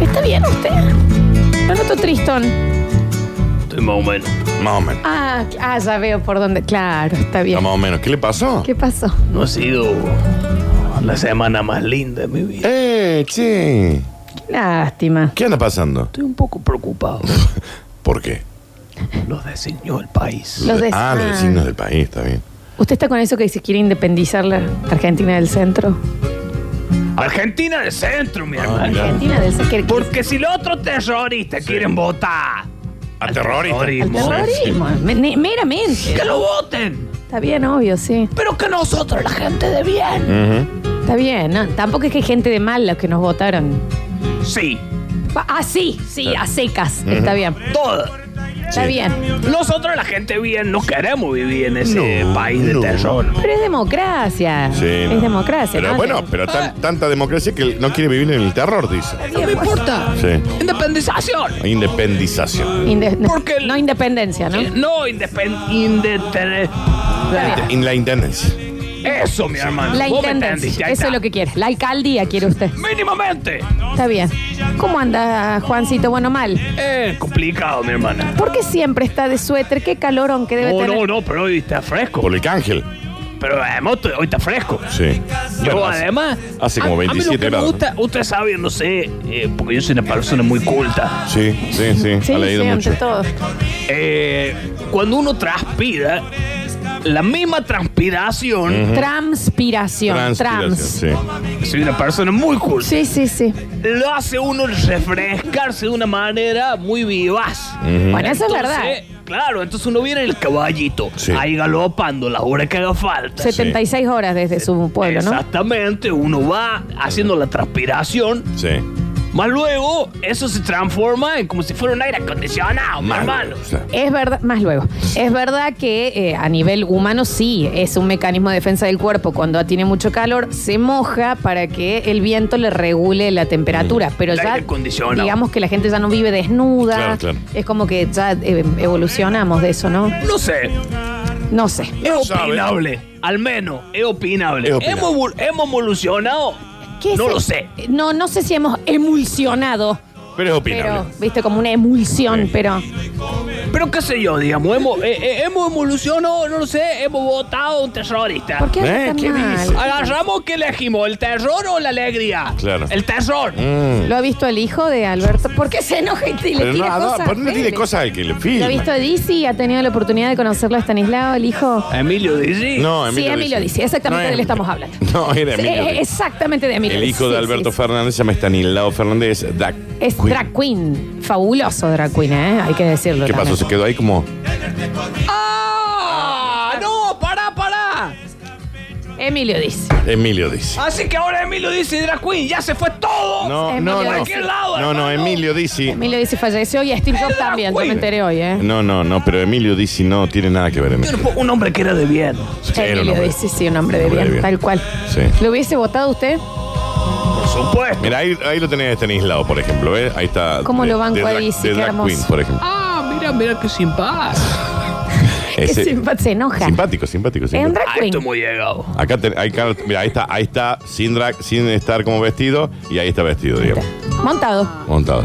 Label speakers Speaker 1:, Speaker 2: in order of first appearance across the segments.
Speaker 1: ¿Está bien usted? Lo noto tristón.
Speaker 2: Estoy más o menos.
Speaker 3: Más o menos.
Speaker 1: Ah, ah, ya veo por dónde. Claro, está
Speaker 3: Está
Speaker 1: bien.
Speaker 3: más o menos. ¿Qué le pasó?
Speaker 1: ¿Qué pasó?
Speaker 2: No ha sido la semana más linda de mi vida.
Speaker 3: Eh, che.
Speaker 1: Qué lástima.
Speaker 3: ¿Qué anda pasando?
Speaker 2: Estoy un poco preocupado.
Speaker 3: ¿Por qué?
Speaker 2: Lo designó el país.
Speaker 1: Los des-
Speaker 3: ah, los
Speaker 1: ah.
Speaker 3: designios del país, está bien.
Speaker 1: ¿Usted está con eso que se quiere independizar la Argentina del centro?
Speaker 2: Argentina del centro,
Speaker 1: Ah,
Speaker 2: mi hermano.
Speaker 3: mira.
Speaker 1: Argentina del centro. ¿Qué-
Speaker 2: Porque si los otros terroristas quieren votar,
Speaker 3: A terroristas.
Speaker 1: Al
Speaker 2: terrorismo.
Speaker 1: terrorismo. Me- ne- Meramente.
Speaker 2: que lo voten.
Speaker 1: Está bien, obvio, sí.
Speaker 2: Pero que nosotros, la gente de bien.
Speaker 3: Ujú.
Speaker 1: Está bien. No, tampoco es que hay gente de mal los que nos votaron.
Speaker 2: Sí,
Speaker 1: Va- Ah, sí, sí, a secas. Está bien.
Speaker 2: todos.
Speaker 1: Está bien.
Speaker 2: Nosotros, la gente bien, no queremos vivir en ese
Speaker 3: No,
Speaker 2: país de
Speaker 3: no.
Speaker 2: terror.
Speaker 1: Pero es democracia.
Speaker 3: Sí, no.
Speaker 1: Es democracia.
Speaker 3: Pero
Speaker 1: ¿no?
Speaker 3: bueno, pero tan- tanta democracia que no quiere vivir en el terror, dice.
Speaker 2: No me importa.
Speaker 3: Sí.
Speaker 2: Independización.
Speaker 3: Independización.
Speaker 1: Inde-
Speaker 2: Porque el-
Speaker 1: no independencia, ¿no?
Speaker 2: No, independ- indeten-
Speaker 1: Está
Speaker 3: En la intendencia.
Speaker 2: Eso, mi hermano.
Speaker 1: La
Speaker 2: Vos me entendiste,
Speaker 1: intendencia.
Speaker 2: ahí
Speaker 1: Eso es
Speaker 2: está.
Speaker 1: lo que quiere. La alcaldía quiere usted.
Speaker 2: Mínimamente.
Speaker 1: Está bien. ¿Cómo anda, Juancito? Bueno, mal.
Speaker 2: Es complicado, mi hermana.
Speaker 1: ¿Por qué siempre está de suéter? Qué calorón que debe
Speaker 2: No,
Speaker 1: tener.
Speaker 2: no, no, pero hoy está fresco.
Speaker 3: Por el cángel.
Speaker 2: Pero además, hoy está fresco.
Speaker 3: Sí.
Speaker 2: Yo
Speaker 3: Bueno, hace-
Speaker 2: además...
Speaker 3: hace como
Speaker 2: a- a mí lo
Speaker 3: 27
Speaker 2: que me
Speaker 3: grados.
Speaker 2: gusta, usted sabe, no sé, eh, porque yo soy una persona muy culta.
Speaker 3: Sí, sí, sí.
Speaker 1: Sí,
Speaker 3: ha leído
Speaker 1: sí,
Speaker 3: mucho.
Speaker 1: ante todo.
Speaker 2: Eh, cuando uno transpira, la misma transpiración,
Speaker 1: Transpiración.
Speaker 3: Transpiración,
Speaker 1: Trans.
Speaker 3: sí.
Speaker 2: soy una persona muy cool,
Speaker 1: Sí, sí, sí.
Speaker 2: lo hace uno refrescarse de una manera muy vivaz.
Speaker 1: Bueno, eso es
Speaker 2: Entonces,
Speaker 1: verdad.
Speaker 2: Claro, entonces uno viene en el caballito,
Speaker 3: Sí.
Speaker 2: ahí galopando la hora que haga falta.
Speaker 1: 76 horas desde su pueblo, ¿no?
Speaker 2: Exactamente, uno va haciendo la transpiración,
Speaker 3: Sí.
Speaker 2: más luego eso se transforma en como si fuera un aire acondicionado, mi hermano.
Speaker 3: O sea,
Speaker 1: Es verdad, más luego, es verdad que eh, a nivel humano sí, es un mecanismo de defensa del cuerpo. Cuando tiene mucho calor, se moja para que el viento le regule la temperatura. Pero
Speaker 2: El
Speaker 1: ya,
Speaker 2: aire acondicionado.
Speaker 1: digamos que la gente ya no vive desnuda.
Speaker 3: Claro, claro.
Speaker 1: Es como que ya eh, evolucionamos de eso, ¿no?
Speaker 2: No sé,
Speaker 1: No sé.
Speaker 3: No
Speaker 2: Es
Speaker 3: sabe.
Speaker 2: opinable, al menos, es opinable.
Speaker 3: Es opinable.
Speaker 2: Hemos, evol- hemos evolucionado.
Speaker 1: ¿Qué es
Speaker 2: no
Speaker 1: el-
Speaker 2: lo sé.
Speaker 1: No, no sé si hemos emulsionado.
Speaker 3: Pero es
Speaker 1: Pero,
Speaker 3: opinable.
Speaker 1: viste, como una emulsión,
Speaker 3: Sí.
Speaker 1: pero.
Speaker 2: Pero qué sé yo, digamos, hemos, eh, eh, hemos evolucionado, no lo sé, hemos votado a un terrorista.
Speaker 1: ¿Por qué hablas
Speaker 3: ¿Eh?
Speaker 1: tan
Speaker 3: ¿Qué
Speaker 1: mal?
Speaker 3: dice?
Speaker 2: ¿Agarramos qué elegimos? ¿El terror o la alegría?
Speaker 3: Claro.
Speaker 2: El terror.
Speaker 3: Mm.
Speaker 1: ¿Lo ha visto el hijo de Alberto? ¿Por qué se enoja y te- le
Speaker 3: Pero no,
Speaker 1: tira
Speaker 3: no,
Speaker 1: cosas?
Speaker 3: pero no tiene
Speaker 1: feas?
Speaker 3: cosas al que le
Speaker 1: ¿Lo ha
Speaker 3: filme.
Speaker 1: visto Dizzy? ¿Ha tenido la oportunidad de conocerlo a Stanislao, el hijo?
Speaker 2: Emilio dice.
Speaker 3: No, Emilio
Speaker 1: sí, Emilio
Speaker 3: dice.
Speaker 1: Dizzy, exactamente
Speaker 3: No
Speaker 1: de él
Speaker 3: es-
Speaker 1: estamos hablando.
Speaker 3: No, era
Speaker 1: Sí,
Speaker 3: Emilio.
Speaker 1: eh,
Speaker 3: Dizzy.
Speaker 1: exactamente de Emilio
Speaker 3: El
Speaker 1: Dizzy,
Speaker 3: hijo de
Speaker 1: sí,
Speaker 3: Alberto
Speaker 1: sí, sí.
Speaker 3: Fernández se llama Estanilao Fernández. Drag
Speaker 1: Es
Speaker 3: queen.
Speaker 1: drag queen, fabuloso drag queen, ¿eh? hay que decirlo.
Speaker 3: ¿Qué pasó?
Speaker 1: también.
Speaker 3: Se quedó ahí como.
Speaker 2: ¡Ah! ¡No! ¡Pará, pará!
Speaker 1: Emilio Dizzy.
Speaker 3: Emilio dice.
Speaker 2: Así que ahora Emilio dice Drag Queen, ya se fue todo.
Speaker 3: No,
Speaker 1: Emilio
Speaker 3: no, no.
Speaker 1: Dizzy.
Speaker 3: No, no, eh. Emilio dice.
Speaker 1: Emilio Dizzy falleció y a Steve Jobs
Speaker 2: drag
Speaker 1: también, yo me
Speaker 2: queen.
Speaker 1: enteré hoy. ¿eh?
Speaker 3: No, no, no, pero Emilio dice no tiene nada que ver en
Speaker 2: Yo no
Speaker 3: eso.
Speaker 2: puedo- Un hombre que era de bien.
Speaker 3: Era un
Speaker 1: Emilio
Speaker 3: hombre.
Speaker 1: Dizzy, sí, un hombre de
Speaker 3: Un hombre
Speaker 1: bien,
Speaker 3: de bien.
Speaker 1: tal cual.
Speaker 3: Sí.
Speaker 1: ¿Lo hubiese votado usted?
Speaker 2: Por supuesto.
Speaker 3: Mira, ahí, ahí lo tenés Estanislao, por ejemplo, ¿ves? Ahí está.
Speaker 1: ¿Cómo
Speaker 3: de-
Speaker 1: lo banco
Speaker 3: de
Speaker 1: a
Speaker 3: drag-
Speaker 1: Dizzy?
Speaker 3: de
Speaker 1: Qué
Speaker 3: drag
Speaker 1: hermoso.
Speaker 3: queen, por ejemplo.
Speaker 2: Ah, mira, mira qué simpático.
Speaker 3: Ese-
Speaker 1: simpa- se enoja.
Speaker 3: simpático, simpático,
Speaker 1: Es un
Speaker 3: simpático.
Speaker 1: drag
Speaker 2: A esto
Speaker 1: queen.
Speaker 2: hemos llegado.
Speaker 3: Acá ten- ahí, claro, mira, ahí está, ahí está, sin drag, sin estar como vestido, y ahí está vestido, digamos.
Speaker 1: Montado.
Speaker 3: Montado.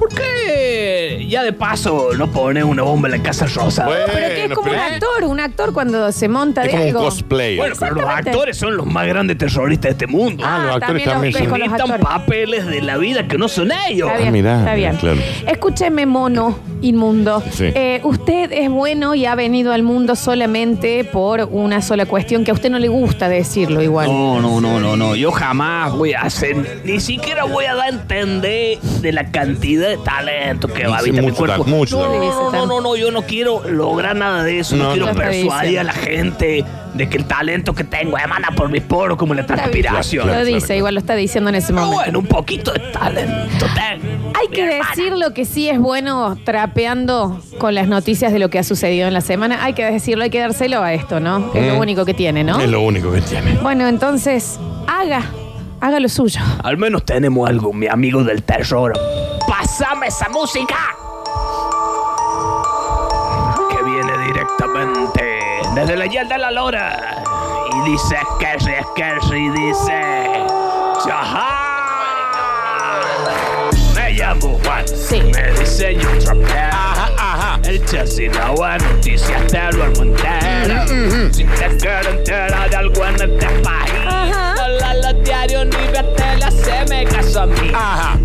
Speaker 2: ¿Por qué ya de paso no pones una bomba en la Casa Rosa?
Speaker 3: Bueno,
Speaker 1: Pero que es como un
Speaker 3: pero-
Speaker 1: actor, un actor cuando se monta
Speaker 3: Es
Speaker 1: de
Speaker 3: como un
Speaker 1: algo.
Speaker 3: cosplay.
Speaker 2: Bueno, pero los
Speaker 1: Exactamente.
Speaker 2: actores son los más grandes terroristas de este mundo.
Speaker 3: Ah, los actores también
Speaker 1: los-
Speaker 3: son-
Speaker 1: con los
Speaker 2: Necesitan
Speaker 1: actores.
Speaker 2: papeles de la vida que no son ellos.
Speaker 1: Está bien,
Speaker 3: Ah, mirá,
Speaker 1: está bien.
Speaker 3: mirá, claro.
Speaker 1: Escúcheme, mono inmundo.
Speaker 3: Sí.
Speaker 1: Eh, usted es bueno y ha venido al mundo solamente por una sola cuestión que a usted no le gusta decirlo igual.
Speaker 2: No, no, no, no, no. Yo jamás voy a hacer, ni siquiera voy a dar a entender de la cantidad de talento que va a habitar mi
Speaker 3: mucho,
Speaker 2: cuerpo.
Speaker 3: ta- mucho
Speaker 2: no,
Speaker 3: talento.
Speaker 2: no, no, no, no, yo no quiero lograr nada de eso. No,
Speaker 3: No,
Speaker 2: quiero
Speaker 3: no.
Speaker 2: persuadir a la gente de que el talento que tengo emana por mis poros como la
Speaker 1: Está bien.
Speaker 2: transpiración.
Speaker 3: Claro,
Speaker 1: lo
Speaker 3: claro,
Speaker 1: dice,
Speaker 3: claro.
Speaker 1: igual lo está diciendo en ese
Speaker 2: Pero
Speaker 1: momento.
Speaker 2: bueno, un poquito de talento tengo.
Speaker 1: Hay que
Speaker 2: Mi hermana.
Speaker 1: decir lo que sí es bueno trapeando con las noticias de lo que ha sucedido en la semana. Hay que decirlo, hay que dárselo a esto, ¿no? Es lo
Speaker 3: Mm.
Speaker 1: único que tiene, ¿no?
Speaker 3: Es lo único que tiene.
Speaker 1: Bueno, entonces, haga, haga lo suyo.
Speaker 2: Al menos tenemos algo, mi amigo del terror. ¡Pásame esa música! Que viene directamente desde la Yel de la Lora. Y dice Kerry, Kerry, dice. ¡Chaja! number one.
Speaker 1: Sí.
Speaker 2: Me diseño un trapero.
Speaker 3: Ajá, ajá.
Speaker 2: El Chelsea no va noticias del mundo entero. Si te quiero enterar de algo en este país,
Speaker 1: Ajá.
Speaker 2: hola los diarios ni la se me caso a mí.
Speaker 3: Ajá.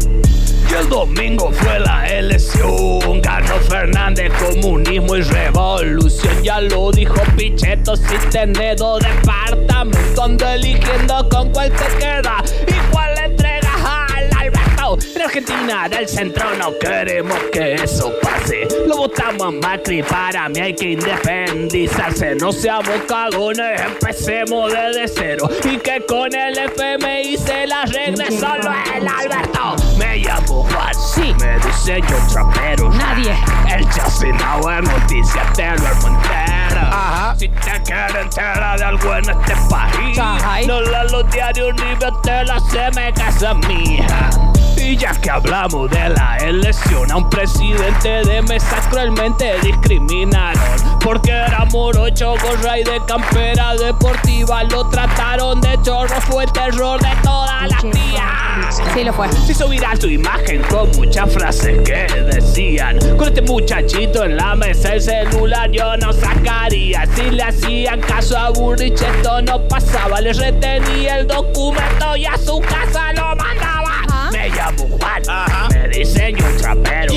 Speaker 2: Y el domingo fue la elección. Ganó Fernández, comunismo y revolución. Ya lo dijo Pichetto, si tenés dos departamentos. Ando eligiendo con cuál te queda y cuál le entregas al Alberto. En Argentina, del centro, no queremos que eso pase. Lo votamos a Macri, para mí hay que independizarse. No seamos cagones, empecemos desde cero. Y que con el FMI se la arregle solo el Alberto. Me llamo Juan,
Speaker 1: Sí.
Speaker 2: me diseño trapero.
Speaker 1: Nadie.
Speaker 2: El Chelsea no es noticia, te lo armo entero.
Speaker 3: Ajá.
Speaker 2: Si te quieres enterar de algo en este país,
Speaker 1: Ajá.
Speaker 2: no leas los diarios ni vete la se me casa mija. Y ya que hablamos de la elección, a un presidente de mesa cruelmente discriminaron. Porque era morocho, gorra y de campera deportiva. Lo trataron de chorro, fue el terror de todas las tías.
Speaker 1: Sí, lo fue.
Speaker 2: Se hizo viral su imagen con muchas frases que decían Con este muchachito en la mesa el celular yo no sacaría Si le hacían caso a Burrich esto no pasaba Le retenía el documento y a su casa lo mandaba
Speaker 1: Ajá.
Speaker 2: Me llamo Juan,
Speaker 3: Ajá.
Speaker 2: me diseño un trapero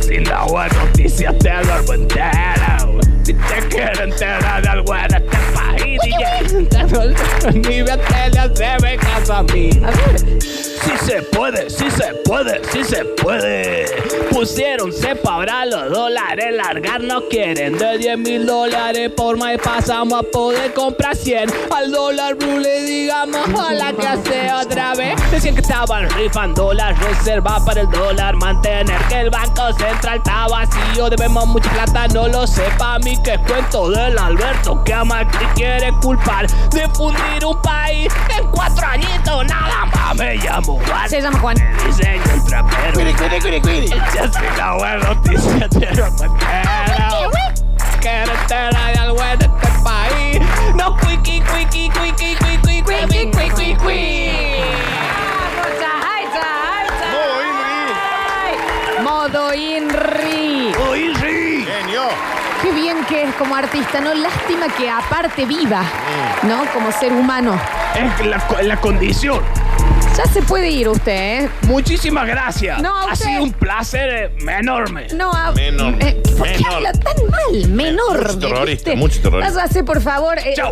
Speaker 2: Sin la buena noticia te duermo entero Si te quieres enterar de algo en este país DJ, Ni vete le hace caso a mí
Speaker 1: A ver.
Speaker 2: Sí se puede, sí se puede, sí se puede. Pusieron cepa ahora los dólares, largar no quieren. De 10 mil dólares por más pasamos a poder comprar 100. Al dólar blue le digamos hola que hace otra vez. Decían que estaban rifando las reservas para el dólar mantener. Que el banco central está vacío, debemos mucha plata, no lo sepa a mí que es cuento del Alberto que a Macri quiere culpar de fundir un país en cuatro añitos nada más. Me llamo Juan.
Speaker 1: Se llama Juan.
Speaker 2: Me diseño un trapero. Ya soy la buena noticia de los banqueros. Quiero enterar de algo en este país. No cuiqui, cuiqui, cuiqui, cuiqui, cuiqui, cuiqui, cuiqui.
Speaker 1: Vamos, Chahai, Chahai, Chahai. Modo Inri.
Speaker 2: Uy, sí.
Speaker 3: Genio.
Speaker 1: Qué bien que es como artista, ¿no? Lástima que aparte viva, ¿no? Como ser humano.
Speaker 2: Es que la, la condición.
Speaker 1: Ya se puede ir usted, ¿eh?
Speaker 2: Muchísimas gracias.
Speaker 1: No, a
Speaker 2: ha
Speaker 1: usted.
Speaker 2: sido un placer eh, enorme.
Speaker 1: No, a-
Speaker 3: Menor.
Speaker 1: Eh, ¿Por qué
Speaker 3: Menor.
Speaker 1: habla tan mal? Menor.
Speaker 3: Mucho terrorista,
Speaker 1: ¿viste?
Speaker 3: mucho terrorista.
Speaker 1: Váyase, por favor. eh,
Speaker 2: Chao.